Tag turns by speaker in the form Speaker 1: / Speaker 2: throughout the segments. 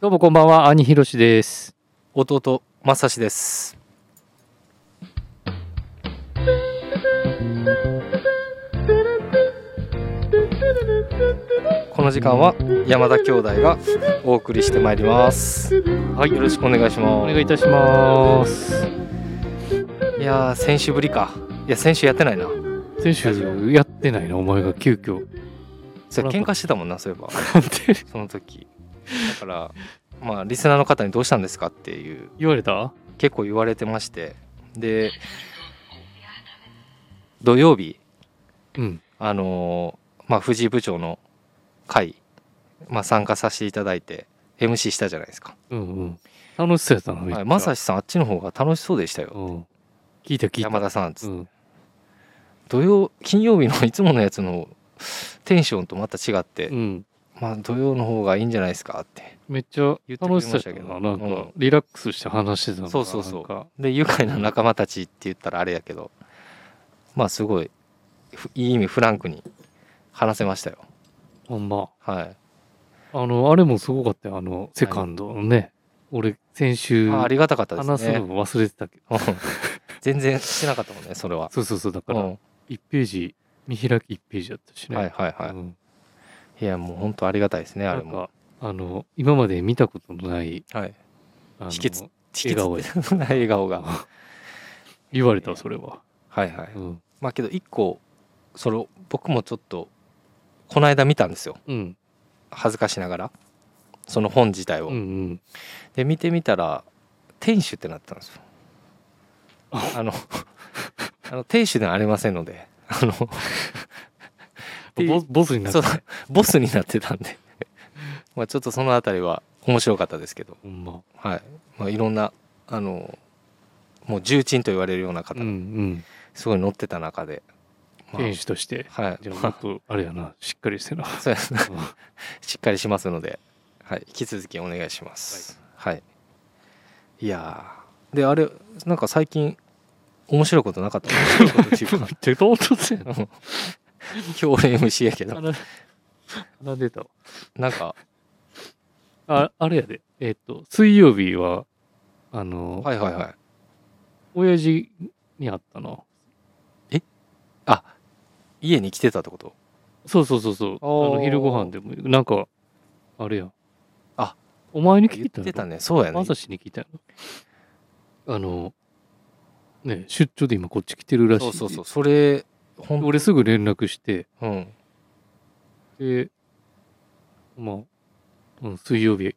Speaker 1: どうもこんばんは、兄ひろしです。
Speaker 2: 弟まさしですこの時間は山田兄弟がお送りしてまいりますはいよろしくお願いし
Speaker 1: お
Speaker 2: ま
Speaker 1: 願いいたします。
Speaker 2: すいやー先週ぶりかいや先週やってないな
Speaker 1: 先週やってないな、お前が急遽。
Speaker 2: それ喧嘩してたもんなそういえば
Speaker 1: なんて
Speaker 2: その時だからまあリスナーの方にどうしたんですかっていう
Speaker 1: 言われた
Speaker 2: 結構言われてましてで土曜日
Speaker 1: うん。
Speaker 2: あのーまあ、藤井部長の会、まあ、参加させていただいて MC したじゃないですか、
Speaker 1: うんうん。楽しそうやったな、めっち
Speaker 2: は
Speaker 1: ゃ
Speaker 2: い、正志さんあっちの方が楽しそうでした
Speaker 1: う
Speaker 2: よ
Speaker 1: ん。聞いた聞いた。
Speaker 2: 山田さんつ、
Speaker 1: うん。
Speaker 2: 土曜金曜日のいつものやつのテンションとまた違って、
Speaker 1: うん。
Speaker 2: まあ、土曜の方がいいんじゃないですかって
Speaker 1: めっちゃ
Speaker 2: 言ってくれ
Speaker 1: 楽
Speaker 2: ま
Speaker 1: しそう
Speaker 2: し
Speaker 1: や
Speaker 2: た
Speaker 1: っ
Speaker 2: け
Speaker 1: た
Speaker 2: ど
Speaker 1: な。なんか、
Speaker 2: うん
Speaker 1: リラックスして話してたのが
Speaker 2: そうそうそ
Speaker 1: な
Speaker 2: う
Speaker 1: んか
Speaker 2: で愉快な仲間たちって言ったらあれやけどまあすごいふいい意味フランクに話せましたよ
Speaker 1: ほんま。
Speaker 2: はい
Speaker 1: あの、あれもすごかったよ。あの、セカンドのね。俺、先週、
Speaker 2: ああ
Speaker 1: 話
Speaker 2: りがたかったですすね
Speaker 1: の忘れてたけど。
Speaker 2: うん全然してなかったもんねそれは
Speaker 1: そうそうそう。だか
Speaker 2: う
Speaker 1: ら、
Speaker 2: ん
Speaker 1: 1ページ、見開き1ページだったしね。
Speaker 2: はいはいはい
Speaker 1: うん
Speaker 2: いやもう本当ありがたいですねあ
Speaker 1: な
Speaker 2: れ
Speaker 1: ん
Speaker 2: も。
Speaker 1: か、あの、今まで見たことのない、
Speaker 2: はい。
Speaker 1: あの
Speaker 2: 秘訣
Speaker 1: 笑顔や
Speaker 2: で。 笑顔が。は
Speaker 1: 言われた、それは。
Speaker 2: いはい。
Speaker 1: うん。
Speaker 2: まあけど一個それを僕もちょっとこの間見たんですよ
Speaker 1: うん。
Speaker 2: 恥ずかしながらその本自体を。
Speaker 1: うんうん。
Speaker 2: で見てみたら天守ってなってたんですよ。あの あの天守ではありませんのであのていう
Speaker 1: ボボスになっ
Speaker 2: そ
Speaker 1: た
Speaker 2: う。ボスになってたんでまあちょっとそのあたりは面白かったですけど、
Speaker 1: ほんま。
Speaker 2: はいまあ、いろんなあのもう重鎮と言われるような
Speaker 1: うん
Speaker 2: 方
Speaker 1: う
Speaker 2: が
Speaker 1: ん。
Speaker 2: すごい乗ってた中で、まあ
Speaker 1: 選手として。
Speaker 2: はい
Speaker 1: じゃあ、も
Speaker 2: ま
Speaker 1: っ と、あれやな、しっかりしてな。
Speaker 2: あ そうですね
Speaker 1: うん
Speaker 2: しっかりしますので、はい、引き続きお願いしますはい、い、やーであれなんか最近面白いことなかった面白いことっていう
Speaker 1: め
Speaker 2: か
Speaker 1: っちゃ唐突やな。
Speaker 2: うん今日俺 MC やけど
Speaker 1: 鼻鼻出たわ。
Speaker 2: なんか
Speaker 1: あ、あれやで。えっと、水曜日は、あの、
Speaker 2: はいはいはい
Speaker 1: 親父に会ったな。
Speaker 2: 家に来てたってこと
Speaker 1: そうそうそうそう。あ
Speaker 2: おー
Speaker 1: の、昼ご飯でも、なんか、あれや。
Speaker 2: あ、
Speaker 1: お前に聞
Speaker 2: 言
Speaker 1: い
Speaker 2: った
Speaker 1: の
Speaker 2: てたねそうやね
Speaker 1: まさしに聞いたよ。あの、ね、出張で今こっち来てるらしいん
Speaker 2: そう
Speaker 1: で。
Speaker 2: そうそうそれほん
Speaker 1: 俺すぐ連絡して、
Speaker 2: うん
Speaker 1: で、まあ、うん、水曜日、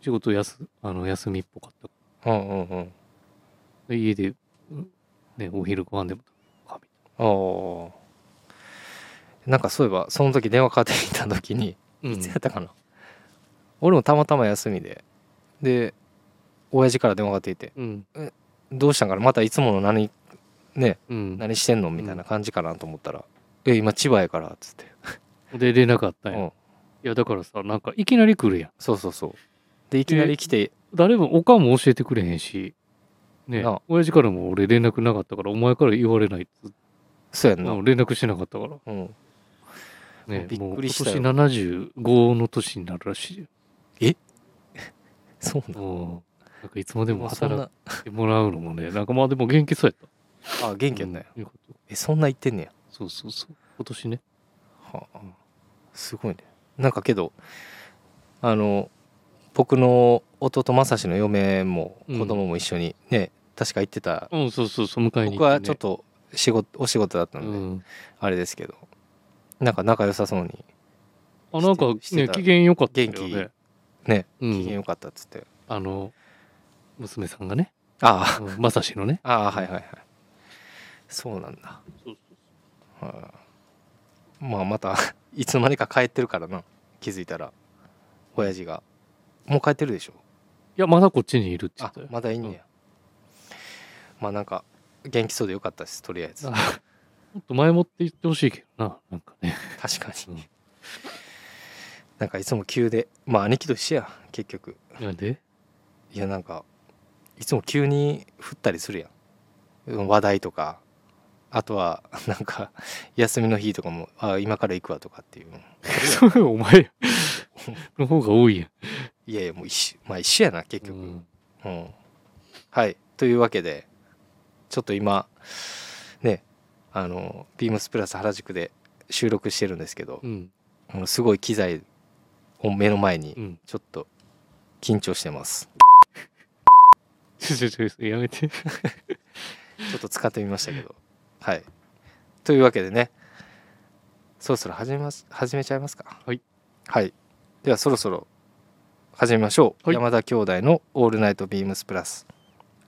Speaker 1: 仕事休あの休みっぽかったか
Speaker 2: うんうんう
Speaker 1: ら。
Speaker 2: ん
Speaker 1: で家で、うんね、お昼ご飯でも食べるか
Speaker 2: ああなんかそういえばその時電話かかってきた時に
Speaker 1: み
Speaker 2: いつ
Speaker 1: たい
Speaker 2: や
Speaker 1: な。
Speaker 2: ったかな、俺もたまたま休みでで親父から電話が出て
Speaker 1: うん。うん。
Speaker 2: 「どうしたんかなまたいつもの何ね
Speaker 1: うん
Speaker 2: 何してんの?」みたいな感じかなと思ったら「え今千葉やから」っつって、
Speaker 1: で、連絡あったんや。
Speaker 2: う
Speaker 1: い
Speaker 2: ん、
Speaker 1: や、だからさ、なんか、いきなり来るやん。
Speaker 2: そうそうそうでいきなり来て
Speaker 1: 誰も、おかんも教えてくれへんし、ね
Speaker 2: なあ、
Speaker 1: 親父からも俺連絡なかったから、お前から言われないっつ
Speaker 2: そうや
Speaker 1: うん
Speaker 2: な、うん
Speaker 1: 連絡してなかったから。ね、
Speaker 2: びっ
Speaker 1: もう
Speaker 2: くりしたよ
Speaker 1: 今年75の年になるらしいよ。
Speaker 2: そうな
Speaker 1: うんなんかいつまでも
Speaker 2: もうそん
Speaker 1: 働
Speaker 2: ない
Speaker 1: てもらうのもね、なんかまあでも元気そうやっ
Speaker 2: あ
Speaker 1: た。
Speaker 2: 元気やったんや、
Speaker 1: うんよかった
Speaker 2: えそんな言ってんねや、
Speaker 1: そうそうそう。今年ね。
Speaker 2: はあ、すごいねなんかけどあの僕の弟正志の嫁も子供も一緒にね、確か行ってた
Speaker 1: うん、そうそうそう、迎えに行って、ね。
Speaker 2: 僕はちょっと仕事お仕事だった
Speaker 1: う
Speaker 2: ので、
Speaker 1: ん。
Speaker 2: あれですけどなんか仲良さそうに
Speaker 1: あ、なんか
Speaker 2: して
Speaker 1: ね、
Speaker 2: た
Speaker 1: 機嫌良かったよね。
Speaker 2: 元ね、
Speaker 1: う
Speaker 2: 機嫌
Speaker 1: ん。
Speaker 2: よかったっつって、
Speaker 1: あの、娘さんがね、
Speaker 2: あ
Speaker 1: うんまさしのね。
Speaker 2: あああはいはいはいそうなんだ
Speaker 1: そう
Speaker 2: はあまあまたいつの間にか帰ってるからな気づいたら親父がもう帰ってるでしょ
Speaker 1: いや、まだこっちにいるって言っ
Speaker 2: あ
Speaker 1: てたよ。
Speaker 2: まだいいんや、
Speaker 1: うん
Speaker 2: まあなんか元気そうでよかったですとりあえず
Speaker 1: あ もっと前もって言ってほしいけどな、なんか ね。
Speaker 2: 確か
Speaker 1: う
Speaker 2: に
Speaker 1: ん
Speaker 2: なんかいつも急でまあ兄貴と一緒や結局
Speaker 1: なん で
Speaker 2: いやなんかいつも急に降ったりするやんうん話題とかあとはなんか休みの日とかも「あ今から行くわ」とかっていう
Speaker 1: それお前の方が多いやん。
Speaker 2: いやいやもう一緒まあ一緒やな結
Speaker 1: う
Speaker 2: 局、
Speaker 1: ん、
Speaker 2: うん、はいというわけでちょっと今ねあのビームスプラス原宿で収録してるんですけど
Speaker 1: う、ん、
Speaker 2: もうすごい機材を目の前
Speaker 1: う
Speaker 2: に
Speaker 1: ん。
Speaker 2: ちょっと緊張してます、
Speaker 1: ちょちょちょ、やめて。
Speaker 2: ちょっと使ってみましたけどはいというわけでねそろそろ始めます始めちゃいますか
Speaker 1: はい、
Speaker 2: はい、ではそろそろ始めましょう、
Speaker 1: はい
Speaker 2: 山田兄弟の「オールナイトビームスプラス」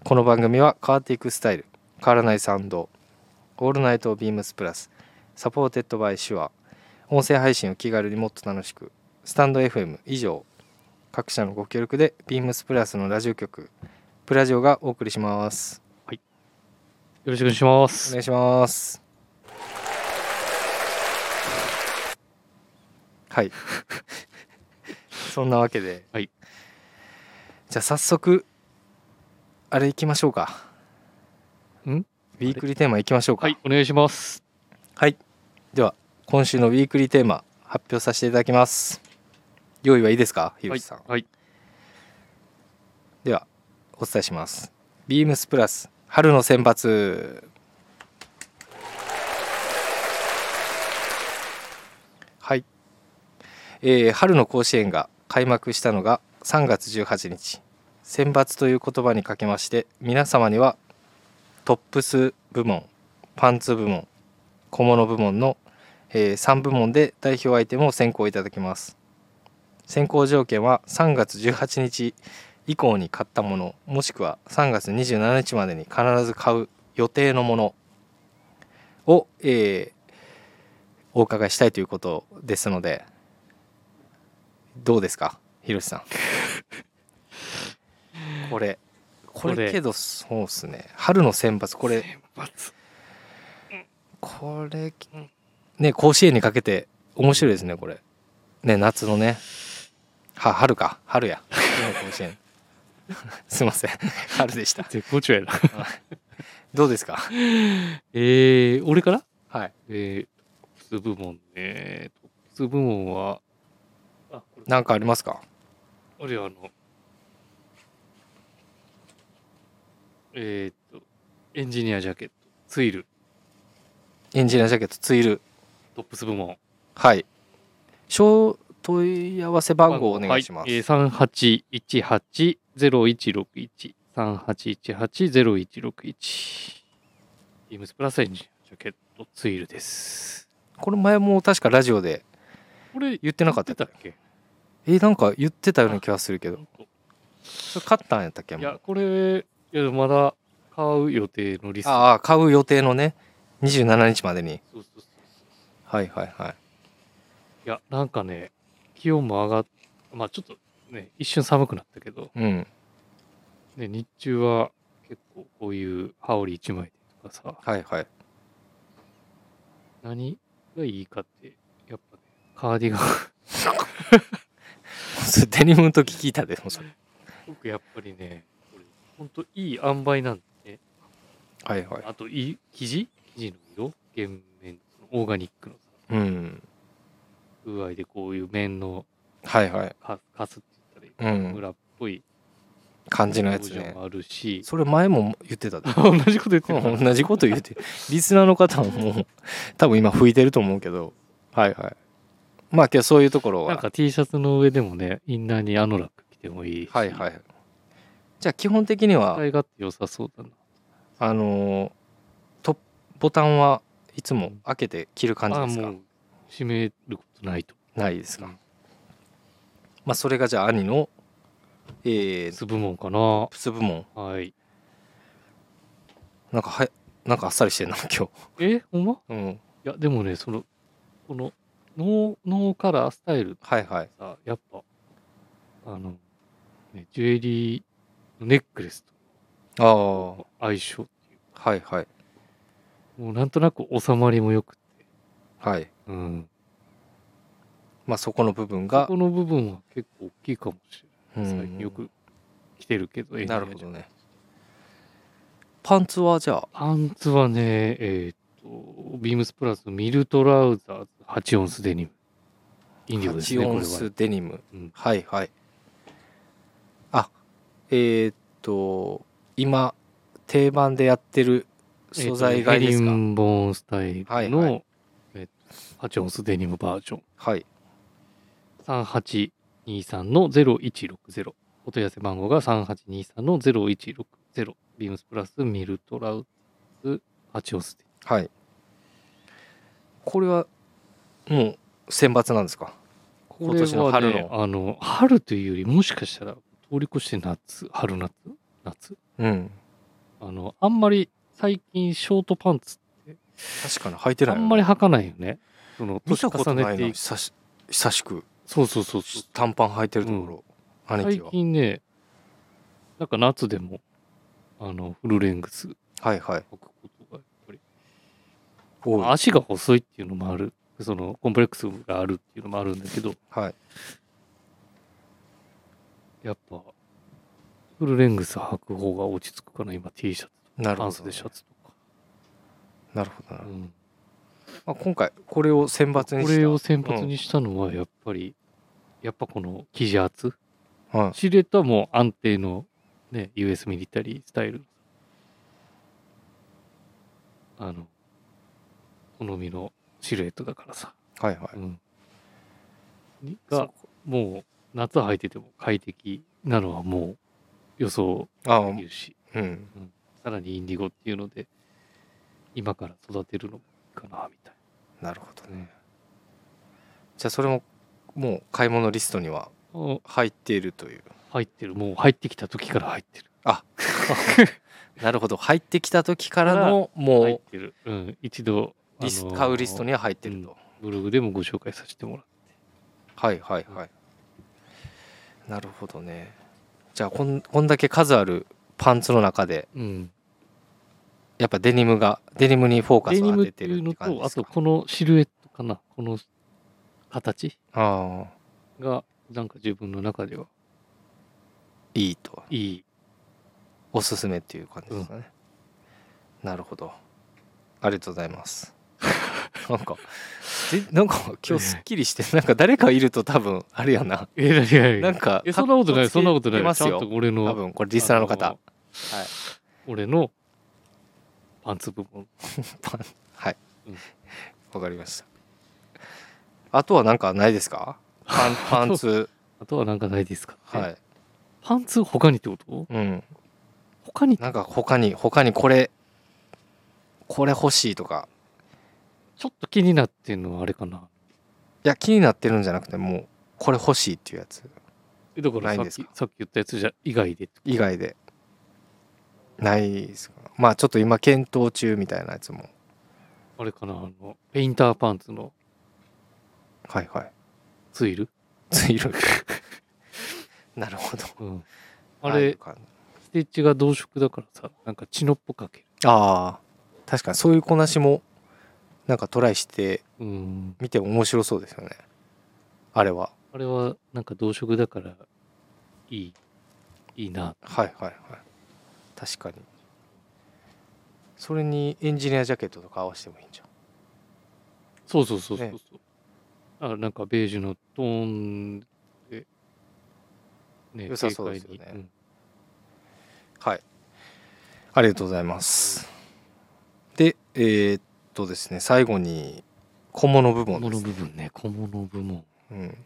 Speaker 2: この番組は変わっていくスタイル変わらないサウンド「オールナイトビームスプラス」サポーテッドバイシュア音声配信を気軽にもっと楽しくスタンド FM 以上各社のご協力でビームスプラスのラジオ局プラジオがお送りします
Speaker 1: よろしくお願いしま
Speaker 2: お
Speaker 1: す。
Speaker 2: 願いしますはい そんなわけで、
Speaker 1: はい
Speaker 2: じゃあ早速あれ行きましょうか
Speaker 1: ん
Speaker 2: ウィークリーテーマ行きましょうか
Speaker 1: はい、お願いします。
Speaker 2: はいでは今週のウィークリーテーマ発表させていただきます用意はいいですかひろしさん、
Speaker 1: はい、はい、
Speaker 2: ではお伝えしますビームスプラス春の選抜はい、えー春の甲子園が開幕したのが3月18日選抜という言葉にかけまして皆様にはトップス部門パンツ部門小物部門の、え3部門で代表アイテムを選考いただきます選考条件は3月18日以降に買ったものもしくは3月27日までに必ず買う予定のものを、えーお伺いしたいということですのでどうですかひろしさんこれこ
Speaker 1: こ
Speaker 2: れ
Speaker 1: れ
Speaker 2: けどそうですね春の選抜これ
Speaker 1: 罰
Speaker 2: これ
Speaker 1: うん
Speaker 2: ね甲子園にかけて面白いですねこれね夏のねは春か春や春の甲子園 すいません春でした
Speaker 1: 絶好調やな。
Speaker 2: どうですか
Speaker 1: えー、俺から
Speaker 2: はい
Speaker 1: えー、トップス部門ね。トップス部門は、あ、これ
Speaker 2: 何かありますか
Speaker 1: 俺あの、えーっと、エンジニアジャケット、ツイル、
Speaker 2: エンジニアジャケットツイル
Speaker 1: トップス部門。
Speaker 2: はい小問い合わせ番号お願いします、
Speaker 1: はい、えー、3818-0161。3818-0161。ビームスプラスエンジン、ジャケット、ツイルです。
Speaker 2: これ前も確かラジオで
Speaker 1: これ、
Speaker 2: 言ってなかった
Speaker 1: 言
Speaker 2: っ
Speaker 1: って
Speaker 2: け
Speaker 1: たっけ
Speaker 2: えなんか言ってたような気がするけどそれ買ったんやったっけ
Speaker 1: い
Speaker 2: もう
Speaker 1: や、これ、いや、まだ買う予定のリスト。
Speaker 2: ああ買う予定のね27日までに
Speaker 1: そうそうそう
Speaker 2: はいはいはい
Speaker 1: いや、なんかね、気温も上がっ、まあちょっとね、一瞬寒くなったけど、
Speaker 2: うん
Speaker 1: ね、日中は結構こういう羽織一枚とかさ、
Speaker 2: はいはい
Speaker 1: 何がいいかって、やっぱね、カーディガン、
Speaker 2: それデニムの時聞いたでもそれ
Speaker 1: 僕やっぱりね、これ、ほんといい塩梅なんでね、
Speaker 2: はいはい
Speaker 1: あといい生地生地の色原面、そのオーガニックのさ
Speaker 2: うん
Speaker 1: 風合いでこういう面の
Speaker 2: はいはい
Speaker 1: カスカスって言った
Speaker 2: う
Speaker 1: らいい、
Speaker 2: ん
Speaker 1: 村っぽい
Speaker 2: 感じのやつ
Speaker 1: 表情
Speaker 2: ね
Speaker 1: もあるし、
Speaker 2: それ前も言ってたで
Speaker 1: 同じこと言ってる
Speaker 2: 同じこと言ってリスナーの方ももう多分今吹いてると思うけどはいはいまあ今日そういうところ
Speaker 1: なん
Speaker 2: は
Speaker 1: か T シャツの上でもね、インナーにあのラック着てもいいし。
Speaker 2: はいはいじゃあ基本的には
Speaker 1: 使い勝手良さそうだな。
Speaker 2: あのーとボタンはいつも開けて着る感じです
Speaker 1: あ
Speaker 2: か
Speaker 1: もう、閉めることないと。
Speaker 2: ないですか
Speaker 1: うん
Speaker 2: まあそれがじゃあ兄のえー
Speaker 1: つぶもんかな。
Speaker 2: プス部門
Speaker 1: はい。
Speaker 2: なんかはなんかあっさりしてんな今日
Speaker 1: え、ほんま
Speaker 2: うん
Speaker 1: いや、でもね、その、この、ノー、ノーカラースタイルって
Speaker 2: はいはい
Speaker 1: さ、やっぱ、あの、ね、ジュエリーのネックレス
Speaker 2: ああ
Speaker 1: と相性ってい。
Speaker 2: はいはいう
Speaker 1: もうなんとなく収まりもよくて。
Speaker 2: はい
Speaker 1: うん。
Speaker 2: まあそこの部分
Speaker 1: そ
Speaker 2: が
Speaker 1: この部分は結構大きいかもし
Speaker 2: う
Speaker 1: れない。
Speaker 2: ん
Speaker 1: 最近よく着てるけど、エンジニ
Speaker 2: な
Speaker 1: ア
Speaker 2: る
Speaker 1: じ
Speaker 2: ほ
Speaker 1: ゃ
Speaker 2: どねパンツはじゃあ
Speaker 1: パンツはね、えーっと、ビームスプラスのミルトラウザーズ8オンスデニム。インディオですね、
Speaker 2: 8
Speaker 1: こ
Speaker 2: オ
Speaker 1: れ
Speaker 2: ン
Speaker 1: は
Speaker 2: ス。デニム
Speaker 1: うん
Speaker 2: はいはいえーっと今定番でやってる素材がいいですか、
Speaker 1: ヘリンボーンスタイ
Speaker 2: は
Speaker 1: ル
Speaker 2: い
Speaker 1: の、
Speaker 2: はい
Speaker 1: えっとパチョンスデニムバージョン。
Speaker 2: はい
Speaker 1: 3823の0160。お問い合わせ番号が3823の0160。ビームスプラスミルトラウスパチオスで。
Speaker 2: はいこれはもう選抜なんですか今年の春の
Speaker 1: これはねあの、春というよりもしかしたら通り越して夏、春夏、夏。
Speaker 2: うん
Speaker 1: あの、あんまり最近ショートパンツ
Speaker 2: 確かに履いてない
Speaker 1: あ
Speaker 2: よね
Speaker 1: んまり履かないよね。その
Speaker 2: 見
Speaker 1: 年
Speaker 2: たこと
Speaker 1: 重
Speaker 2: な
Speaker 1: ね
Speaker 2: い
Speaker 1: て
Speaker 2: ない
Speaker 1: く。
Speaker 2: 久し久しく
Speaker 1: そうそうそうそう。
Speaker 2: 短パン履いてるところ、兄貴
Speaker 1: 最
Speaker 2: は
Speaker 1: 近ね、なんか夏でも、あの、フルレングス履
Speaker 2: はいはい
Speaker 1: くことがやっぱり、
Speaker 2: 多い
Speaker 1: まあ足が細いっていうのもある、そのコンプレックスがあるっていうのもあるんだけど、
Speaker 2: はい
Speaker 1: やっぱ、フルレングス履く方が落ち着くかな、今 T シャツ、
Speaker 2: なる
Speaker 1: パ
Speaker 2: ほ
Speaker 1: ンス
Speaker 2: ど、
Speaker 1: で
Speaker 2: ね、
Speaker 1: シャツとか。
Speaker 2: なるほどなるほど
Speaker 1: うん
Speaker 2: まあ、今回これを選抜にし
Speaker 1: こ
Speaker 2: た
Speaker 1: れを先発にしたのは、やっぱり、やっぱこの生地厚。
Speaker 2: うんはい
Speaker 1: シルエットはもう安定の、ね、US ミリタリースタイル。あの、好みのシルエットだからさ。
Speaker 2: はい
Speaker 1: うん。に
Speaker 2: そう
Speaker 1: が、もう、夏履いてても快適なのはもう予想
Speaker 2: あ
Speaker 1: できるし、
Speaker 2: うん
Speaker 1: さらにインディゴっていうので、今から育てるのもいいかな、みたい
Speaker 2: なるほど
Speaker 1: な
Speaker 2: ね
Speaker 1: ね。
Speaker 2: じゃあそれももう買い物リストには
Speaker 1: あ
Speaker 2: 入っているという
Speaker 1: 入ってる、もう入ってきた時から入ってる。
Speaker 2: あなるほど入ってきた時からの
Speaker 1: 入っ
Speaker 2: も
Speaker 1: てる。うん、一度、
Speaker 2: うリス、
Speaker 1: あのー
Speaker 2: 買うリストには入ってると、
Speaker 1: ブログでもご紹介させてもらう。
Speaker 2: はいはいはいなるほどねじゃあこんこんだけ数あるパンツの中で
Speaker 1: うん、
Speaker 2: やっぱデニムがデニムにフォーカス
Speaker 1: デニ
Speaker 2: を当
Speaker 1: ムって
Speaker 2: てて
Speaker 1: い
Speaker 2: る
Speaker 1: う
Speaker 2: っ
Speaker 1: の
Speaker 2: て感じ
Speaker 1: と、
Speaker 2: で
Speaker 1: あ
Speaker 2: す
Speaker 1: と
Speaker 2: か
Speaker 1: このシルエットかな、この形
Speaker 2: ああ
Speaker 1: が、なんか自分の中ではい
Speaker 2: いと
Speaker 1: いい。
Speaker 2: おすすめっていう感じですかね、なるほどありがとうございます なんかぜなんか今日すっきりしてなんか誰かいると多分あれやな
Speaker 1: え、いやいやい
Speaker 2: なん
Speaker 1: や。
Speaker 2: か
Speaker 1: え、そんなことない、そんなことない。
Speaker 2: います
Speaker 1: ちゃん
Speaker 2: よ
Speaker 1: と俺の、
Speaker 2: 多分これリスナーの方、
Speaker 1: あ俺のパンツ部門。
Speaker 2: パンはい
Speaker 1: うん
Speaker 2: わかりましたあとはなんかないですかパ ンパンツ
Speaker 1: あとはなんかないですか、
Speaker 2: はい
Speaker 1: パンツ他にってこと
Speaker 2: うん
Speaker 1: 他に
Speaker 2: なんか他に他にこれこれ欲しいとか
Speaker 1: ちょっと気になってんのはあれかな。
Speaker 2: いや気になってるんじゃなくてもうこれ欲しいっていうやつ
Speaker 1: えだから
Speaker 2: ない
Speaker 1: さっ
Speaker 2: んです
Speaker 1: き
Speaker 2: か
Speaker 1: さっき言ったやつじゃ以外でって
Speaker 2: 以外でないですかまあちょっと今検討中みたいなやつも
Speaker 1: あれかなあのペインターパンツの
Speaker 2: はいはい
Speaker 1: ツイル、
Speaker 2: ついる なるほど
Speaker 1: うん、あ
Speaker 2: あい
Speaker 1: れ
Speaker 2: う感じ
Speaker 1: ステッチが同色だからさなんか血のっぽかける
Speaker 2: あー確かにそういうこなしもなんかトライして
Speaker 1: うん
Speaker 2: みても面白そうですよねあれは
Speaker 1: あれはなんか同色だからいいいいな
Speaker 2: はいはいはい確かにそれにエンジニアジャケットとか合わせてもいいんじゃん
Speaker 1: そうそうそうそう
Speaker 2: ね
Speaker 1: そう、あなんかベージュのトーンでね
Speaker 2: 良さそうですよね
Speaker 1: 軽快にん
Speaker 2: はい。ありがとうございます。で、えーっとですね、最後に小物部
Speaker 1: 小
Speaker 2: 門で
Speaker 1: 物
Speaker 2: す、
Speaker 1: 部分ね小物部門
Speaker 2: うん。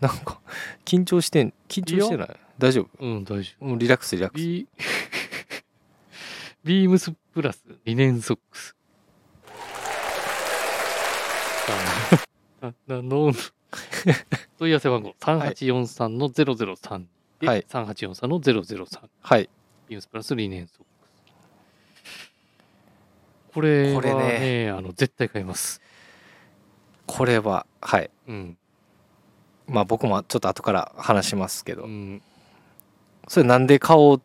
Speaker 2: なんか緊張してん緊張してない大丈
Speaker 1: うん大丈夫
Speaker 2: 夫もうリラックスリラックス。
Speaker 1: ビービームスプラスリネンソックス。あなの問い合わせ番号3843の0032で、
Speaker 2: はい
Speaker 1: 3843の003
Speaker 2: はい。
Speaker 1: ビームスプラスリネンソックス。これは
Speaker 2: これ
Speaker 1: ね
Speaker 2: ね
Speaker 1: あの絶対買います。
Speaker 2: これははい。
Speaker 1: うん。
Speaker 2: まあ僕もちょっと後から話しますけど、
Speaker 1: うん
Speaker 2: それなんで買おう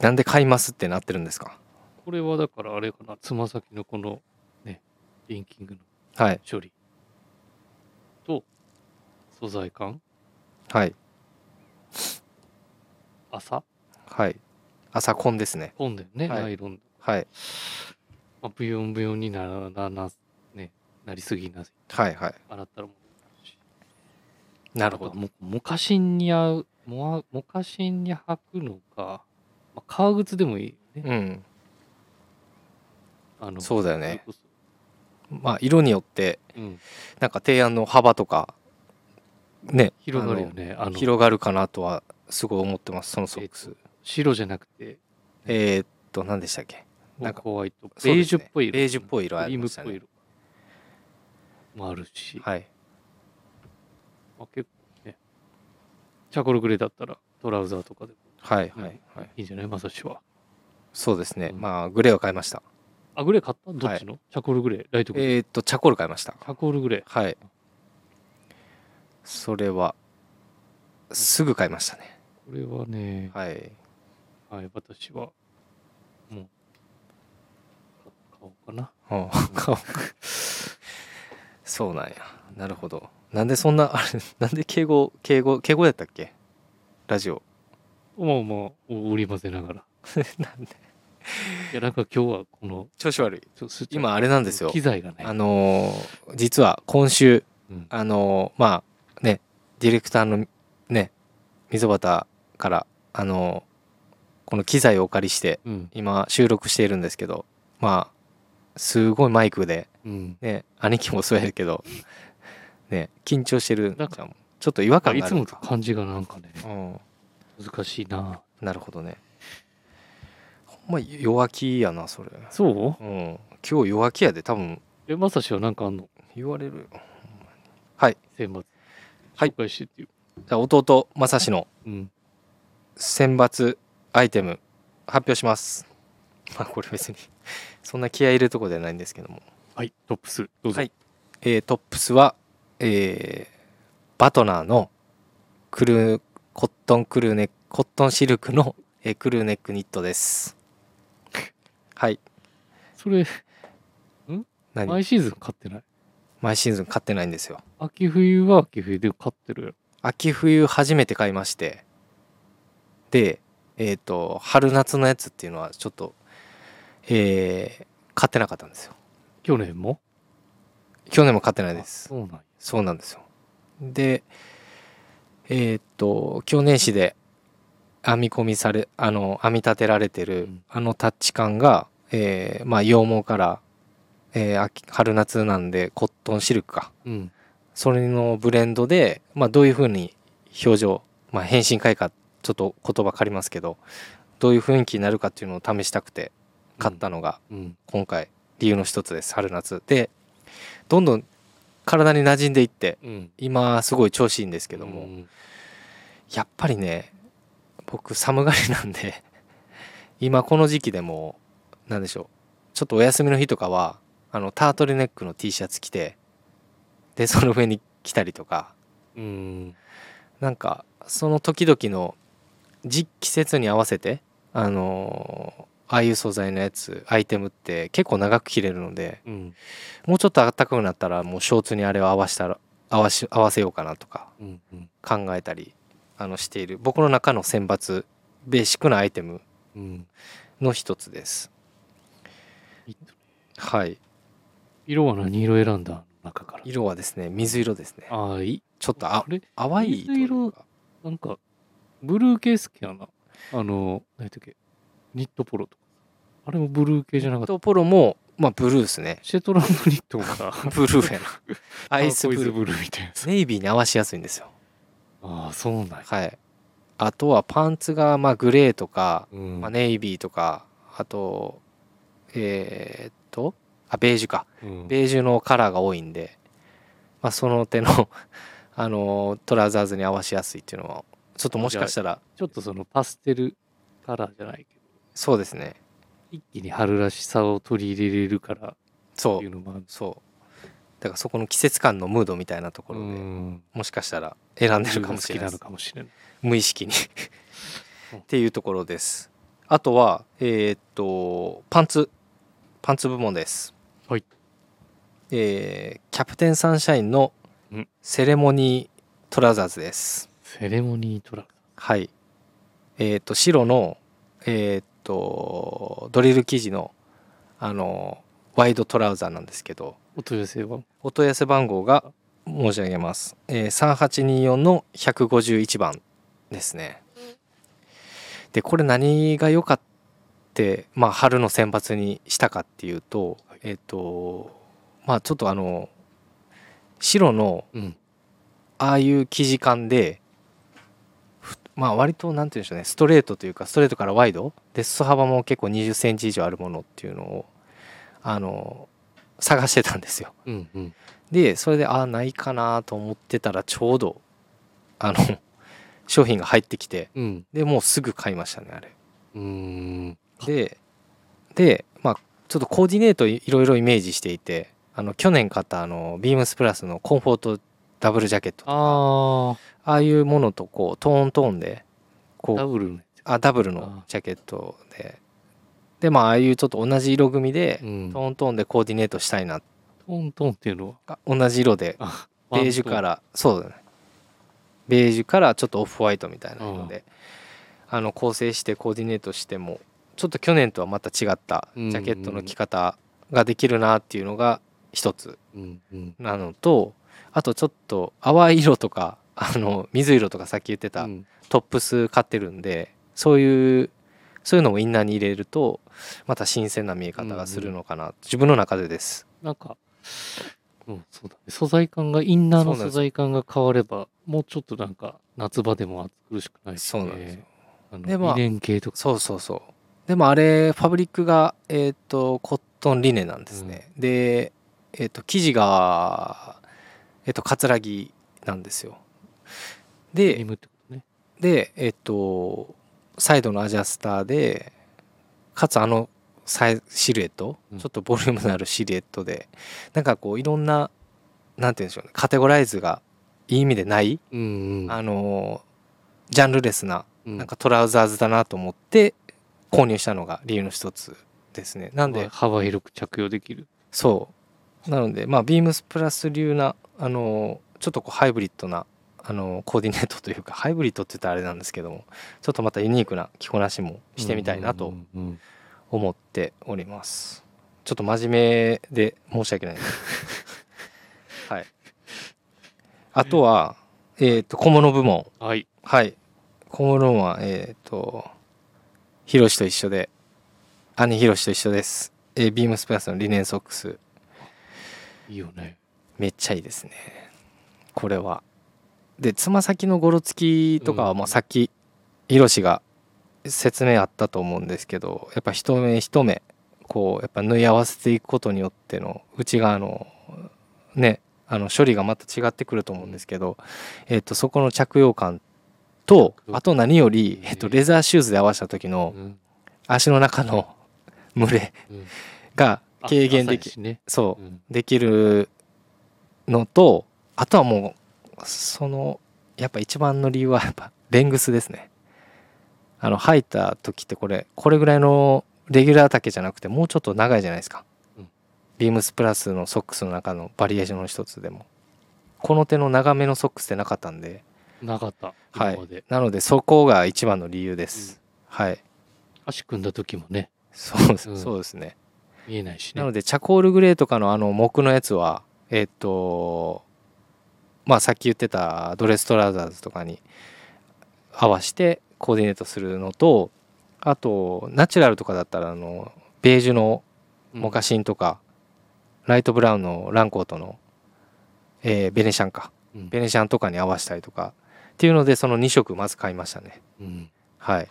Speaker 2: なんで買いますってなってるんですか。
Speaker 1: これはだからあれかなつま先のこのねリンキングの
Speaker 2: はい
Speaker 1: 処理と素材感
Speaker 2: はい
Speaker 1: 朝
Speaker 2: はい。朝コンですね。
Speaker 1: 本だよね、
Speaker 2: はい
Speaker 1: ナイロン、
Speaker 2: はい
Speaker 1: まあ、ブヨンブヨンにならなな,、ね、なりすぎな
Speaker 2: はいはい。
Speaker 1: 洗ったらもう
Speaker 2: なるほど
Speaker 1: あとはもう昔に合うもわモカシンに履くのか、まあ、革靴でもいいよね。
Speaker 2: うん
Speaker 1: あの
Speaker 2: そうだよね
Speaker 1: それこ
Speaker 2: まあ色によって
Speaker 1: そうん、
Speaker 2: なんか提案の幅とかね
Speaker 1: 広がるよね。あ
Speaker 2: あ
Speaker 1: の
Speaker 2: の広がるかなとはすごい思ってますそのソックス
Speaker 1: 白じゃなくて、
Speaker 2: えーっと何でしたっけなんか
Speaker 1: ホワイト、
Speaker 2: そ
Speaker 1: ベ
Speaker 2: う
Speaker 1: ー
Speaker 2: です
Speaker 1: ジ
Speaker 2: ね
Speaker 1: ュっぽい色。
Speaker 2: ベージュっぽい色あ
Speaker 1: クリ
Speaker 2: り
Speaker 1: ーム
Speaker 2: ま
Speaker 1: っ
Speaker 2: した
Speaker 1: ぽい
Speaker 2: ね
Speaker 1: 色もあるし、
Speaker 2: はい
Speaker 1: まあ、結構ね、チャコルグレーだったらトラウザーとかでも
Speaker 2: はい
Speaker 1: うん
Speaker 2: はいはい
Speaker 1: いいんじゃないまさしは。
Speaker 2: そうですね
Speaker 1: うん
Speaker 2: まあグレーは買いました
Speaker 1: あ、グレー買ったどっちの、チャコルグレー、ライトグレー。
Speaker 2: えーっとチャコール買いました
Speaker 1: チャコルグレー。
Speaker 2: はいそれはすぐ買いましたね
Speaker 1: これはね、
Speaker 2: はい
Speaker 1: はい、私は、もう、買おうかな。
Speaker 2: うん そうなんやなるほどなんでそんなあれ なんで敬語敬語敬語やったっけラジオ
Speaker 1: まあまあ、お織り交ぜながら。
Speaker 2: なんで
Speaker 1: いや、なんか今日はこの、
Speaker 2: 調子悪い
Speaker 1: ちょす
Speaker 2: 今あれなんですよ
Speaker 1: 機材がね
Speaker 2: あ、のー実は今週
Speaker 1: うん
Speaker 2: あのーまあねディレクターのね溝端からあのーこの機材をお借りして
Speaker 1: うん、
Speaker 2: 今収録しているんですけどまあすごいマイクで
Speaker 1: うん。
Speaker 2: ね兄貴もそうやけどね緊張してるん
Speaker 1: なん
Speaker 2: ちゃんちょっと違
Speaker 1: ま
Speaker 2: 和
Speaker 1: あ
Speaker 2: 感
Speaker 1: い
Speaker 2: があ
Speaker 1: つ
Speaker 2: る
Speaker 1: もと感じがなんかね、
Speaker 2: うん
Speaker 1: 難しいな。
Speaker 2: なるほどねほんま弱気やなそれ
Speaker 1: そう
Speaker 2: うん今日弱気やで多分
Speaker 1: え、まさしはなんかあんの
Speaker 2: 言われるよ
Speaker 1: 選抜。
Speaker 2: はい
Speaker 1: 紹介してっていう。
Speaker 2: じゃあ弟正志の
Speaker 1: うん。
Speaker 2: 選抜アイテム発表しますまあこれ別にそんな気合い入れるとこじゃないんですけども
Speaker 1: はい、トップス、どうぞ。
Speaker 2: はいえートップスは、えーバトナーのクルーコットンクルーネックコットンシルクの、えークルーネックニットですはい
Speaker 1: それ、
Speaker 2: 何
Speaker 1: 毎シーズン買ってない。
Speaker 2: 毎シーズン買ってないんですよ
Speaker 1: 秋冬は秋冬で買ってるよ。
Speaker 2: 秋冬初めて買いましてでえっ、と春夏のやつっていうのはちょっとえー買ってなかったんですよ
Speaker 1: 去年も
Speaker 2: 去年も買ってないです
Speaker 1: そうなんや。
Speaker 2: そうなんですよでえっ、と去年市で編み込みされあの編み立てられてる、
Speaker 1: うん
Speaker 2: あのタッチ感が、えーまあ羊毛から、えー秋春夏なんでコットンシルクか
Speaker 1: うん。
Speaker 2: それのブレンドで、まあ、どういうふうに表情、まあ、変身回かちょっと言葉借りますけどどういう雰囲気になるかっていうのを試したくて買ったのが
Speaker 1: うん。
Speaker 2: 今回理由の一つです春夏でどんどん体に馴染んでいって
Speaker 1: うん。
Speaker 2: 今すごい調子いいんですけども、
Speaker 1: うん
Speaker 2: やっぱりね僕寒がりなんで 今この時期でも何でしょうちょっとお休みの日とかはあのタートルネックの T シャツ着てでその上に着たりとか
Speaker 1: うん。
Speaker 2: なんかその時々の時季節に合わせてあのーああいう素材のやつアイテムって結構長く着れるので
Speaker 1: うん。
Speaker 2: もうちょっと暖かくなったらもうショーツにあれを合わしたら合わし合わせようかなとか
Speaker 1: うん。うん
Speaker 2: 考えたりあのしている僕の中の選抜ベーシックなアイテム
Speaker 1: うん。
Speaker 2: の一つです
Speaker 1: いいとね
Speaker 2: はい
Speaker 1: 色は何色選んだ中から。
Speaker 2: 色はですね水色ですね
Speaker 1: ああ、いい。
Speaker 2: ちょっとあ
Speaker 1: これ、
Speaker 2: 淡いというか
Speaker 1: なんか、ブルー系好きやな。あの、何やったっけ、ニットポロとか。あれもブルー系じゃなか
Speaker 2: ニッ
Speaker 1: った。
Speaker 2: トポロもまあブルーですね
Speaker 1: シェトランドニットも さ、
Speaker 2: ブルーやなアイスブ
Speaker 1: ターコ
Speaker 2: ルー
Speaker 1: ブルーみたいなやつ。
Speaker 2: ネイビーに合わしやすいんですよ
Speaker 1: ああ、そうなんや。
Speaker 2: はいあとはパンツがまあグレーとか、
Speaker 1: うん
Speaker 2: まあ、ネイビーとかあとえーっとあベージュか
Speaker 1: うん
Speaker 2: ベージュのカラーが多いんで、まあ、その手の あのトラウザーズに合わしやすいっていうのはちょっともしかしたら
Speaker 1: ちょっとそのパステルカラーじゃないけど、
Speaker 2: そうですね
Speaker 1: 一気に春らしさを取り入れれるからっ
Speaker 2: そ
Speaker 1: ていう
Speaker 2: う
Speaker 1: のもあるんです
Speaker 2: そうだからそこの季節感のムードみたいなところで、
Speaker 1: うん
Speaker 2: もしかしたら選んで
Speaker 1: 自
Speaker 2: る
Speaker 1: 分
Speaker 2: か
Speaker 1: が
Speaker 2: も
Speaker 1: 好
Speaker 2: し
Speaker 1: き
Speaker 2: れない
Speaker 1: な
Speaker 2: で
Speaker 1: の
Speaker 2: す
Speaker 1: かもしれない。
Speaker 2: 無意識に
Speaker 1: うん
Speaker 2: っていうところですあとはえーっとパンツパンツ部門です
Speaker 1: はい
Speaker 2: えーキャプテンサンシャインの
Speaker 1: うん
Speaker 2: セレモニートラウザーズです、
Speaker 1: セレモニートラウ
Speaker 2: はい。えっ、と、白の、えっ、と、ドリル生地の、あの、ワイドトラウザーなんですけど、
Speaker 1: お問い合わせは
Speaker 2: お問い合わせ番号が申し上げます。えー3824の151番ですね。でこれ何が良かって、まあ、春の選抜にしたかっていうと、
Speaker 1: はい
Speaker 2: えっ、とまあちょっとあの白の
Speaker 1: うん。
Speaker 2: ああいう生地感でふまあ割となんて言うんでしょうねストレートというかストレートからワイドで裾幅も結構2 0センチ以上あるものっていうのをあの探してたんですよ。
Speaker 1: うん。うん。
Speaker 2: でそれでああないかなと思ってたらちょうどあの 商品が入ってきて
Speaker 1: うん。
Speaker 2: でもうすぐ買いましたねあれ。
Speaker 1: うーん。
Speaker 2: ででまあちょっとコーディネートいいろいろイメージしていてあの去年買ったあのビームスプラスのコンフォートダブルジャケットとか
Speaker 1: あ
Speaker 2: ああいうものとこうトーントーンで
Speaker 1: あ、ダ
Speaker 2: こう
Speaker 1: ブルね。
Speaker 2: あダブルのジャケットででまあああいうちょっと同じ色組で
Speaker 1: う
Speaker 2: ト
Speaker 1: ん。ト
Speaker 2: ーントーンでコーディネートしたいな
Speaker 1: ントンっていうのは
Speaker 2: あ同じ色で
Speaker 1: あ
Speaker 2: ベージュか。らそうだねベージュからちょっとオフホワイトみたいな色であの構成してコーディネートしてもちょっと去年とはまた違ったジャケットの着方ができるなっていうのが一つ
Speaker 1: うんうん。
Speaker 2: なのとあとちょっと淡い色とかあの水色とかさっき言ってた
Speaker 1: うん
Speaker 2: トップス買ってるんでそういうそういうのもインナーに入れるとまた新鮮な見え方がするのかな、自分の中でです
Speaker 1: なんか、うん、そうだね。素材感が、インナーの
Speaker 2: そうなん
Speaker 1: 素
Speaker 2: です
Speaker 1: 材感が変われば、もうちょっとなんか、夏場でも暑苦しくないし、ね。
Speaker 2: そうなんですよ
Speaker 1: あ
Speaker 2: で
Speaker 1: の、
Speaker 2: まあ
Speaker 1: 理念系とか。
Speaker 2: そうそうそうでもあれファブリックがえっ、とコットンリネなんですね、でえっ、と生地がえっ、とカツラギなんですよで
Speaker 1: リムってことね。
Speaker 2: でえっとサイドのアジャスターでかつあのサイシルエット、
Speaker 1: うん
Speaker 2: ちょっとボリュームのあるシルエットでなんかこういろんななんて言うんでしょうねカテゴライズがいい意味でない、
Speaker 1: うんうん。
Speaker 2: あのジャンルレスな
Speaker 1: な
Speaker 2: なんかトラウザーズだなと思って購入したのが理由の一つですねなんで
Speaker 1: 幅広く着用できる。
Speaker 2: そうなのでまあビームスプラス流なあのちょっとこうハイブリッドなあのコーディネートというかハイブリッドって言ったらあれなんですけどもちょっとまたユニークな着こなしもしてみたいな
Speaker 1: う
Speaker 2: と
Speaker 1: んうんうん
Speaker 2: 思っておりますちょっと真面目で申し訳ない はいあとはえっ、と小物部門
Speaker 1: うん。はい。
Speaker 2: はい小物はえっ、とヒロシと一緒で兄ヒロシと一緒です、えービームスプラスのリネンソックス
Speaker 1: いいよね。
Speaker 2: めっちゃいいですねこれはでつま先のゴロつきとかは
Speaker 1: うん
Speaker 2: まあさっきヒロシが説明あったと思うんですけどやっぱ一目一目こうやっぱ縫い合わせていくことによっての内側のねあの処理がまた違ってくると思うんですけど、えっとそこの着用感とあと何より、えっとレザーシューズで合わせた時の
Speaker 1: うん
Speaker 2: 足の中の 蒸れ
Speaker 1: うん
Speaker 2: が軽減で
Speaker 1: あ
Speaker 2: き
Speaker 1: 朝やしね。
Speaker 2: そう
Speaker 1: うん
Speaker 2: できるのとあとはもうそのやっぱ一番の理由はやっぱレングスですねあの履いた時ってこれこれぐらいのレギュラー丈じゃなくてもうちょっと長いじゃないですか、
Speaker 1: うん
Speaker 2: ビームスプラスのソックスの中のバリエーションの一つでもこの手の長めのソックスってなかったんで
Speaker 1: なかった。
Speaker 2: は
Speaker 1: 今ま
Speaker 2: い
Speaker 1: で。
Speaker 2: なのでそこが一番の理由です、はい
Speaker 1: 足組んだ時もね、
Speaker 2: そうです、
Speaker 1: うん
Speaker 2: そうですね
Speaker 1: 見えないし
Speaker 2: な
Speaker 1: ね
Speaker 2: の。でチャコールグレーとかのあの木のやつはえっ、とまあさっき言ってたドレストラウザーズとかに合わせてコーディネートするのとあとナチュラルとかだったらあのベージュの
Speaker 1: うん
Speaker 2: モカシンとか、ライトブラウンのランコートの、えーベネシャンか
Speaker 1: うん
Speaker 2: ベネシャンとかに合わせたりとかっていうのでその2色まず買いましたね
Speaker 1: うん
Speaker 2: はい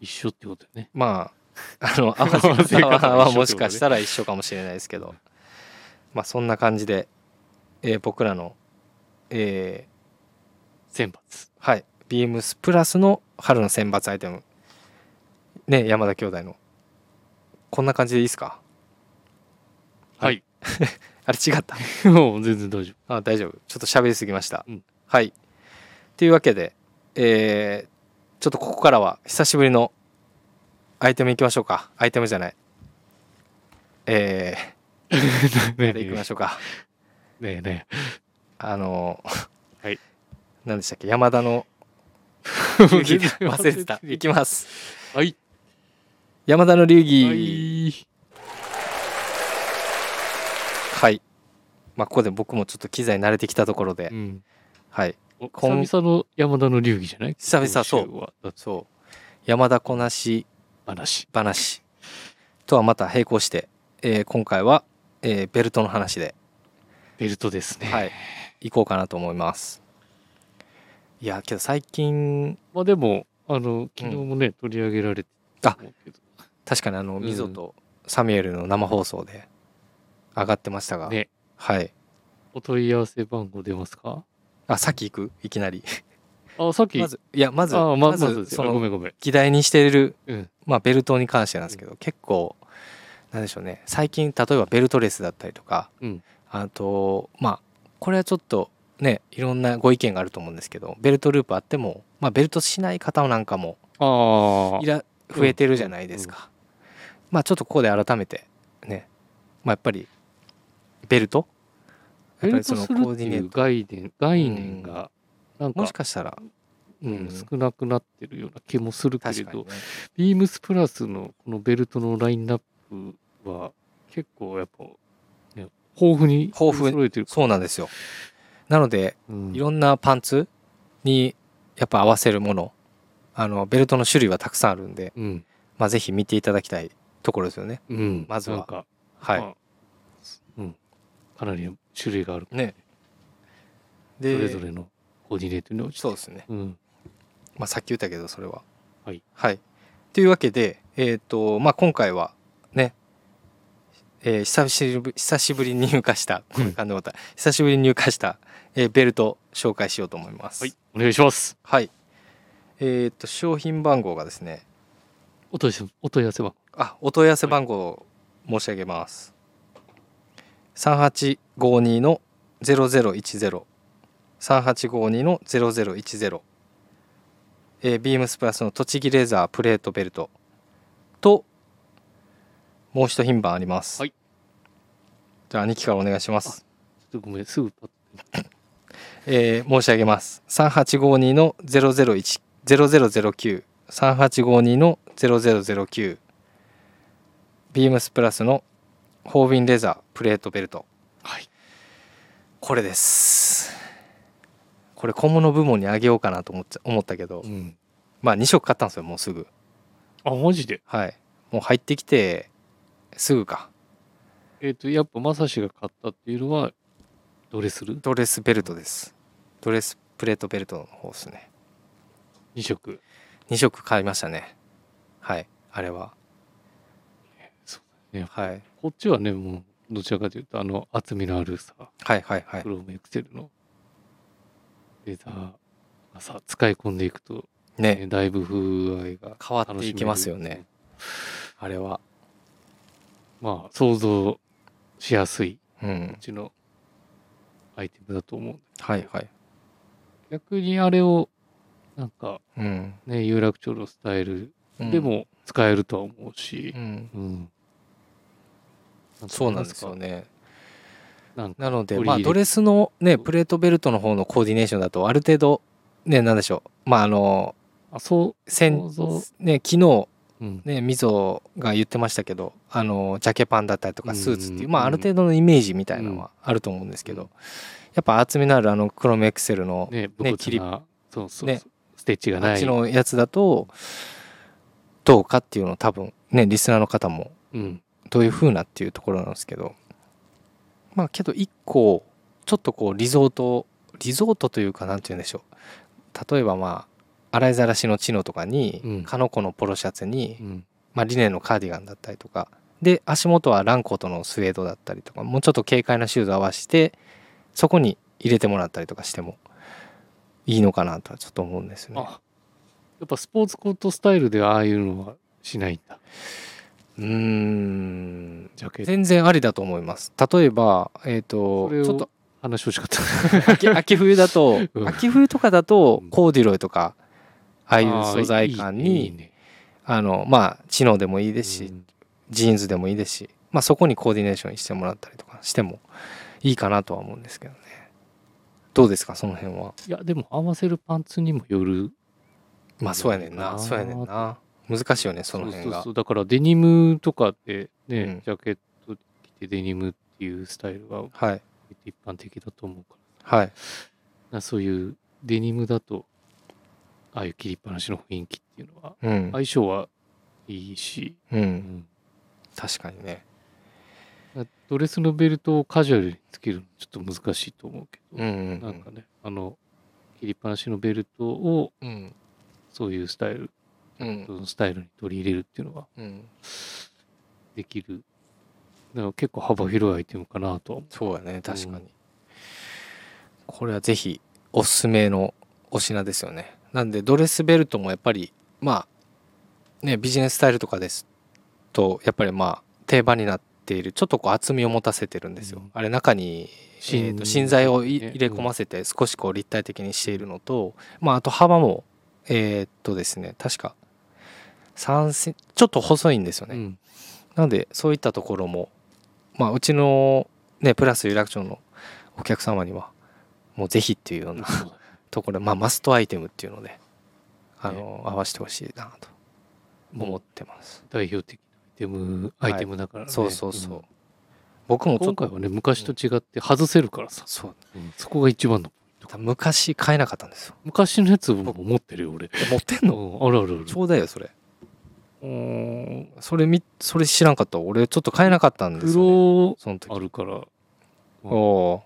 Speaker 1: 一緒ってことよね。
Speaker 2: まあ、あの、合
Speaker 1: 合
Speaker 2: わ
Speaker 1: わせ
Speaker 2: せ方
Speaker 1: 方
Speaker 2: は
Speaker 1: は
Speaker 2: もしかしたら一緒かもしれないですけど、まあそんな感じで、えー僕らの、え
Speaker 1: 選抜。
Speaker 2: ーはい、ビームスプラスの春の選抜アイテム、ね、山田兄弟の、こんな感じでいいですかは
Speaker 1: はいい。
Speaker 2: あれ違った
Speaker 1: もう全然大丈
Speaker 2: あ大丈夫。ちょっと喋りすぎました。
Speaker 1: うん
Speaker 2: はい。というわけで、えーちょっとここからは久しぶりのアイテムいきましょうか。アイテムじゃない。えー、
Speaker 1: 夫。ね
Speaker 2: あれ行きましょうか。
Speaker 1: えねえね
Speaker 2: あの、
Speaker 1: はい。
Speaker 2: 何でしたっけ山 田の
Speaker 1: え。
Speaker 2: 流儀だ忘れてた。行きます。
Speaker 1: はい。
Speaker 2: 山田の流儀。
Speaker 1: は
Speaker 2: はい。
Speaker 1: い。
Speaker 2: まあ、ここで僕もちょっと機材慣れてきたところで、
Speaker 1: うん。
Speaker 2: はい。
Speaker 1: お
Speaker 2: こん
Speaker 1: 久々の山田の流儀じゃない
Speaker 2: 久々そう
Speaker 1: 今週は脱
Speaker 2: そう山田こなし
Speaker 1: 話。
Speaker 2: 話とはまた並行して、えー今回は、えーベルトの話で
Speaker 1: ベルトですね。
Speaker 2: はいいこうかなと思いますいやけど最近
Speaker 1: まあでも、あの、昨日もね、取り上げられてたと思うけど
Speaker 2: 確かにあの
Speaker 1: ん
Speaker 2: ミゾとサミュエルの生放送で上がってましたが、
Speaker 1: ね、
Speaker 2: はい
Speaker 1: お問い合わせ番号出ますか
Speaker 2: あさっき行くいきなり
Speaker 1: あ、さっき、
Speaker 2: まずいやまず
Speaker 1: あま
Speaker 2: ま
Speaker 1: ず、ま
Speaker 2: ず
Speaker 1: ず、
Speaker 2: そ
Speaker 1: あご
Speaker 2: の
Speaker 1: めんごめん。
Speaker 2: 議題にしている、
Speaker 1: うん。
Speaker 2: まあ、ベルトに関してなんですけど、結構なんでしょうね最近例えばベルトレスだったりとか
Speaker 1: うん。
Speaker 2: あとまあこれはちょっとねいろんなご意見があると思うんですけどベルトループあっても、まあ、ベルトしない方なんかも
Speaker 1: ああ
Speaker 2: い。ら増えてるじゃないですか、まあちょっとここで改めてね、まあ、やっぱりベルト
Speaker 1: ベ
Speaker 2: や
Speaker 1: ル
Speaker 2: っぱりそ
Speaker 1: ト
Speaker 2: の
Speaker 1: す
Speaker 2: コ
Speaker 1: る
Speaker 2: ー
Speaker 1: っ
Speaker 2: デ
Speaker 1: て
Speaker 2: ィネ
Speaker 1: い
Speaker 2: ー
Speaker 1: う
Speaker 2: ト
Speaker 1: 概念、概念が、なん
Speaker 2: も
Speaker 1: か
Speaker 2: し、かしたら
Speaker 1: う
Speaker 2: うん
Speaker 1: ん、少なくなってるような気もするけれ
Speaker 2: 確か
Speaker 1: ど
Speaker 2: に、ね、、
Speaker 1: ビームスプラスのこのベルトのラインナップは結構やっぱ、ね、豊富に
Speaker 2: 豊富
Speaker 1: 揃えてる。
Speaker 2: そうなんですよなので
Speaker 1: うん
Speaker 2: いろんなパンツにやっぱ合わせるものあのベルトの種類はたくさんあるんで、
Speaker 1: うん。
Speaker 2: まあ、ぜひ見ていただきたいところですよね
Speaker 1: うん。
Speaker 2: まずは
Speaker 1: なんか、
Speaker 2: はい、
Speaker 1: まあうん。かなり種類がある。
Speaker 2: ね
Speaker 1: そ
Speaker 2: で
Speaker 1: れぞれのコーディネートに応じて。
Speaker 2: そうですね、
Speaker 1: うん。
Speaker 2: まあ、さっき言ったけどそれは
Speaker 1: はい、
Speaker 2: はい、というわけで、えーとまあ、今回はね、えー久しぶり久しぶりに入荷したこれ噛んでもうた久しぶりに入荷した、えーベルト紹介しようと思います
Speaker 1: はい。お願いします。
Speaker 2: はい、えーと商品番号がですね
Speaker 1: お問い合わせお問い合わせ番
Speaker 2: あお問い合わせ番号を申し上げます、3852の0010 3852の0010えービームスプラスの栃木レーザープレートベルトともう一品番あります、
Speaker 1: はい
Speaker 2: じゃあ兄貴からお願いします
Speaker 1: ちょっとごめん、すぐパッ
Speaker 2: えー申し上げます3852の001 0009 3852の0009ビームスプラスのホービンレザープレートベルト
Speaker 1: はい。
Speaker 2: これですこれ小物部門にあげようかなと思っちゃ思ったけど
Speaker 1: うん。
Speaker 2: まあ2色買ったんですよもうすぐ
Speaker 1: あ、マジで
Speaker 2: はいもう入ってきてすぐか
Speaker 1: えっ、と、やっぱ、まさしが買ったっていうのは、どれする
Speaker 2: ドレスベルトですドレスプレートベルトの方ですね
Speaker 1: ?2 色。
Speaker 2: 2色買いましたねはいあれは
Speaker 1: そうだね。
Speaker 2: はい
Speaker 1: こっちはね、もう、どちらかというと、あの、厚みのあるさ、
Speaker 2: はいはいはい
Speaker 1: クロームエクセルのデータがさ、使い込んでいくと、
Speaker 2: ね
Speaker 1: ね、だいぶ風合いが
Speaker 2: 変わっていきますよね
Speaker 1: 楽しめる。
Speaker 2: あれは
Speaker 1: まあ、想像しやすい、
Speaker 2: う
Speaker 1: うんちのアイテムだと思う。
Speaker 2: はいはい
Speaker 1: 逆にあれを、なんか、
Speaker 2: うん、
Speaker 1: ね、有楽町のスタイル
Speaker 2: うん
Speaker 1: で、も使えるとは思うし
Speaker 2: う、ん、
Speaker 1: うん。
Speaker 2: そうなんですよね
Speaker 1: なんか。
Speaker 2: なので
Speaker 1: 取り
Speaker 2: まあ
Speaker 1: 入れ
Speaker 2: ドレスのね
Speaker 1: そう
Speaker 2: プレートベルトの方のコーディネーションだとある程度ねなんでしょうまああの
Speaker 1: あ、そ
Speaker 2: 先
Speaker 1: そうそう
Speaker 2: ね昨日
Speaker 1: う。うん。
Speaker 2: ねみぞが言ってましたけどあのジャケパンだったりとかスーツっていう、
Speaker 1: うん
Speaker 2: まあある程度のイメージみたいなのはあると思うんですけど、
Speaker 1: うん
Speaker 2: やっぱ厚みのあるあのクロムエクセルの
Speaker 1: ね、武
Speaker 2: 切
Speaker 1: 骨
Speaker 2: り
Speaker 1: な、そうそう
Speaker 2: ね
Speaker 1: そう。ステッチが
Speaker 2: あ
Speaker 1: な
Speaker 2: っ
Speaker 1: い。
Speaker 2: ちのやつだとどうかっていうのを多分ねリスナーの方も
Speaker 1: うん。
Speaker 2: どういう風なっていうところなんですけどまあけど一個ちょっとこうリゾートリゾートというかなんて言うんでしょう例えばまあ洗いざらしのチノとかに、
Speaker 1: うん
Speaker 2: かのこのポロシャツに、
Speaker 1: うん。
Speaker 2: まあ、リネンのカーディガンだったりとかで足元はランコートのスウェードだったりとかもうちょっと軽快なシューズ合わせてそこに入れてもらったりとかしてもいいのかなとはちょっと思うんですよね。
Speaker 1: あやっぱスポーツコートスタイルでああいうのはしないんだ。
Speaker 2: うーん
Speaker 1: ジャケット。
Speaker 2: 全然ありだと思います。例えば、えっと
Speaker 1: それを
Speaker 2: ちょっと
Speaker 1: 話をしかった。
Speaker 2: 秋秋冬だと、
Speaker 1: うん
Speaker 2: 秋冬とかだと
Speaker 1: うん
Speaker 2: コーデュロイとかああいう
Speaker 1: あー
Speaker 2: 素材感にあ
Speaker 1: いいね
Speaker 2: のまあ知能でもいいですし、
Speaker 1: うん
Speaker 2: ジーンズでもいいですし、まあ、そこにコーディネーションしてもらったりとかしてもいいかなとは思うんですけどねどうですかその辺はい
Speaker 1: や、でも合わせるパンツにもよる。
Speaker 2: まあそうやねんな
Speaker 1: あー
Speaker 2: そうやねんな難しいよねその辺
Speaker 1: そう
Speaker 2: が
Speaker 1: そうだからデニムとかってね、
Speaker 2: うん
Speaker 1: ジャケット着てデニムっていうスタイルは
Speaker 2: はい
Speaker 1: 一般的だと思うか
Speaker 2: はい
Speaker 1: ら、そういうデニムだと、ああいう切りっぱなしの雰囲気っていうのは、
Speaker 2: うん、
Speaker 1: 相性はいいし、
Speaker 2: う、
Speaker 1: うんん、
Speaker 2: 確かにね
Speaker 1: ドレスのベルトをカジュアルにつけるのちょっと難しいと思うけど、
Speaker 2: うんうん
Speaker 1: なんかね、あの、切りっぱなしのベルトを、
Speaker 2: うん
Speaker 1: そういうスタイル、
Speaker 2: うん
Speaker 1: そのスタイルに取り入れるっていうのは
Speaker 2: うん
Speaker 1: できる。だから結構幅広いアイテムかなとは思
Speaker 2: そうやね確かに、これはぜひおすすめのお品ですよねなんでドレスベルトもやっぱりまあねビジネススタイルとかですとやっぱりまあ定番になっているちょっとこう厚みを持たせてるんですよ、
Speaker 1: うん
Speaker 2: あれ中に
Speaker 1: 芯
Speaker 2: えーと芯材をい
Speaker 1: ね
Speaker 2: 入れ込ませて少しこう立体的にしているのと、まあ、あと幅もえーっとですね確か3センちょっと細いんですよ
Speaker 1: う。
Speaker 2: ね、
Speaker 1: うん。
Speaker 2: なのでそういったところもまあうちのねプラス有楽町のお客様にはもうぜひっていうような
Speaker 1: そうだね
Speaker 2: ところまあマストアイテムっていうのであの合わせてほしいなと思
Speaker 1: も
Speaker 2: っ
Speaker 1: う
Speaker 2: てます
Speaker 1: 代表的なアイテム、
Speaker 2: はい
Speaker 1: アイテムだからね。
Speaker 2: そうそうそう、
Speaker 1: ん
Speaker 2: 僕もちょ
Speaker 1: 今
Speaker 2: っと
Speaker 1: 回はね、昔と違って外せるからさ、
Speaker 2: そう
Speaker 1: うんそこが一番の。
Speaker 2: 昔買えなかったんですよ
Speaker 1: 昔のやつも持ってるよ、俺。
Speaker 2: 持ってん
Speaker 1: う
Speaker 2: の
Speaker 1: ん、あるあるある。
Speaker 2: ちょうだいよそれ
Speaker 1: うん
Speaker 2: それみそれ知らんかった俺ちょっと買えなかったんですよ、
Speaker 1: 黒
Speaker 2: ね、その時
Speaker 1: あるから、
Speaker 2: おお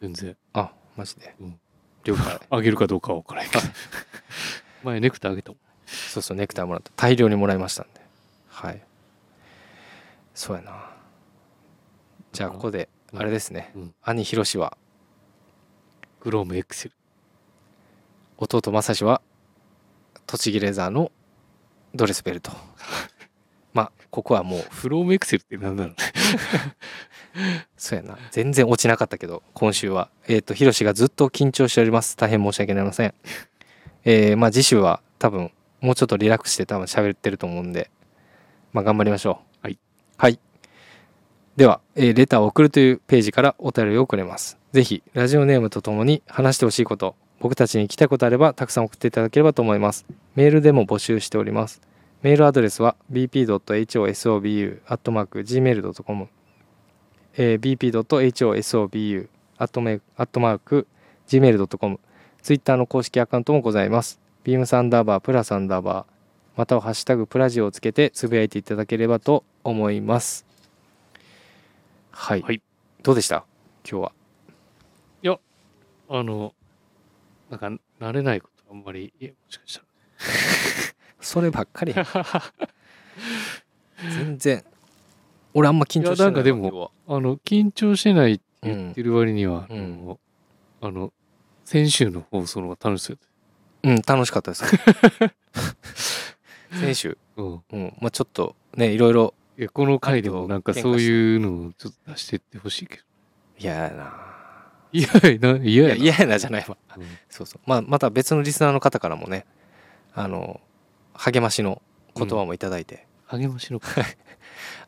Speaker 1: 全然。
Speaker 2: ーあマジで、
Speaker 1: うん
Speaker 2: 了解
Speaker 1: あげるかどうかは分からへんけど。前ネクタイあげたもん。
Speaker 2: そうそうネクタイもらった大量にもらいましたんではいそうやなじゃあここで
Speaker 1: うん
Speaker 2: あれですね、
Speaker 1: うん
Speaker 2: 兄ひろしは
Speaker 1: グロームエクセル。
Speaker 2: 弟まさしは栃木レザーのドレスベ ルトまあここはもう
Speaker 1: フロームエクセルって何だろうね。
Speaker 2: そうやな全然落ちなかったけど今週はえっ、とひろしがずっと緊張しております大変申し訳ありませんえーまあ次週は多分もうちょっとリラックスして多分喋ってると思うんでまあ頑張りましょう
Speaker 1: はい、
Speaker 2: はいでは、えーレターを送る」というページからお便りをくれますぜひラジオネームとともに話してほしいこと僕たちに聞きたいことあればたくさん送っていただければと思いますメールでも募集しておりますメールアドレスは bp.hosobu.gmail.com えー bp.hosobu アットメアットマーク gmail.com ツイッターの公式アカウントもございます。ビームサンダーバープラサンダーバーまたはハッシュタグプラジオをつけてつぶやいていただければと思います。はい。
Speaker 1: はい
Speaker 2: どうでした今日は。
Speaker 1: あの、なんか慣れないことあんまり、いやもしかしたら。
Speaker 2: そればっかりや。 全然。俺あんま緊張してない
Speaker 1: いやなんかでも
Speaker 2: 今
Speaker 1: あの、緊張してないって言ってる割には、
Speaker 2: うん
Speaker 1: あの、あの、先週の放送の方が楽しそう
Speaker 2: 日はうん、楽しかったです。先週、
Speaker 1: だうん。
Speaker 2: うん、まあちょっとね、いろいろ
Speaker 1: いや、この回でもなんかそういうのをちょっと出してってほしいけど。
Speaker 2: 嫌やな。
Speaker 1: いやいや、ない嫌
Speaker 2: や
Speaker 1: やな。
Speaker 2: 嫌やなじゃないわ
Speaker 1: うん
Speaker 2: そうそう、まあ、また別のリスナーの方からもねあの励ましの言葉もいただいて、
Speaker 1: 励ましの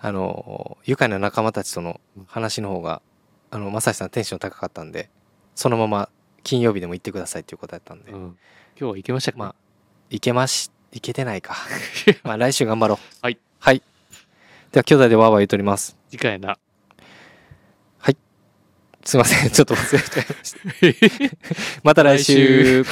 Speaker 2: あの愉快な仲間たちとの
Speaker 1: うん
Speaker 2: 話の方があの正志さんテンション高かったんでそのまま金曜日でも行ってくださいっていうことだったんで、
Speaker 1: うん今日は行けましたか、
Speaker 2: まあ行けまし行けてな いかまあ来週頑張ろう
Speaker 1: はい、
Speaker 2: はい、では兄弟でわーわー言うとります
Speaker 1: 次回な。
Speaker 2: すいませんちょっと忘れちゃいましたまた来週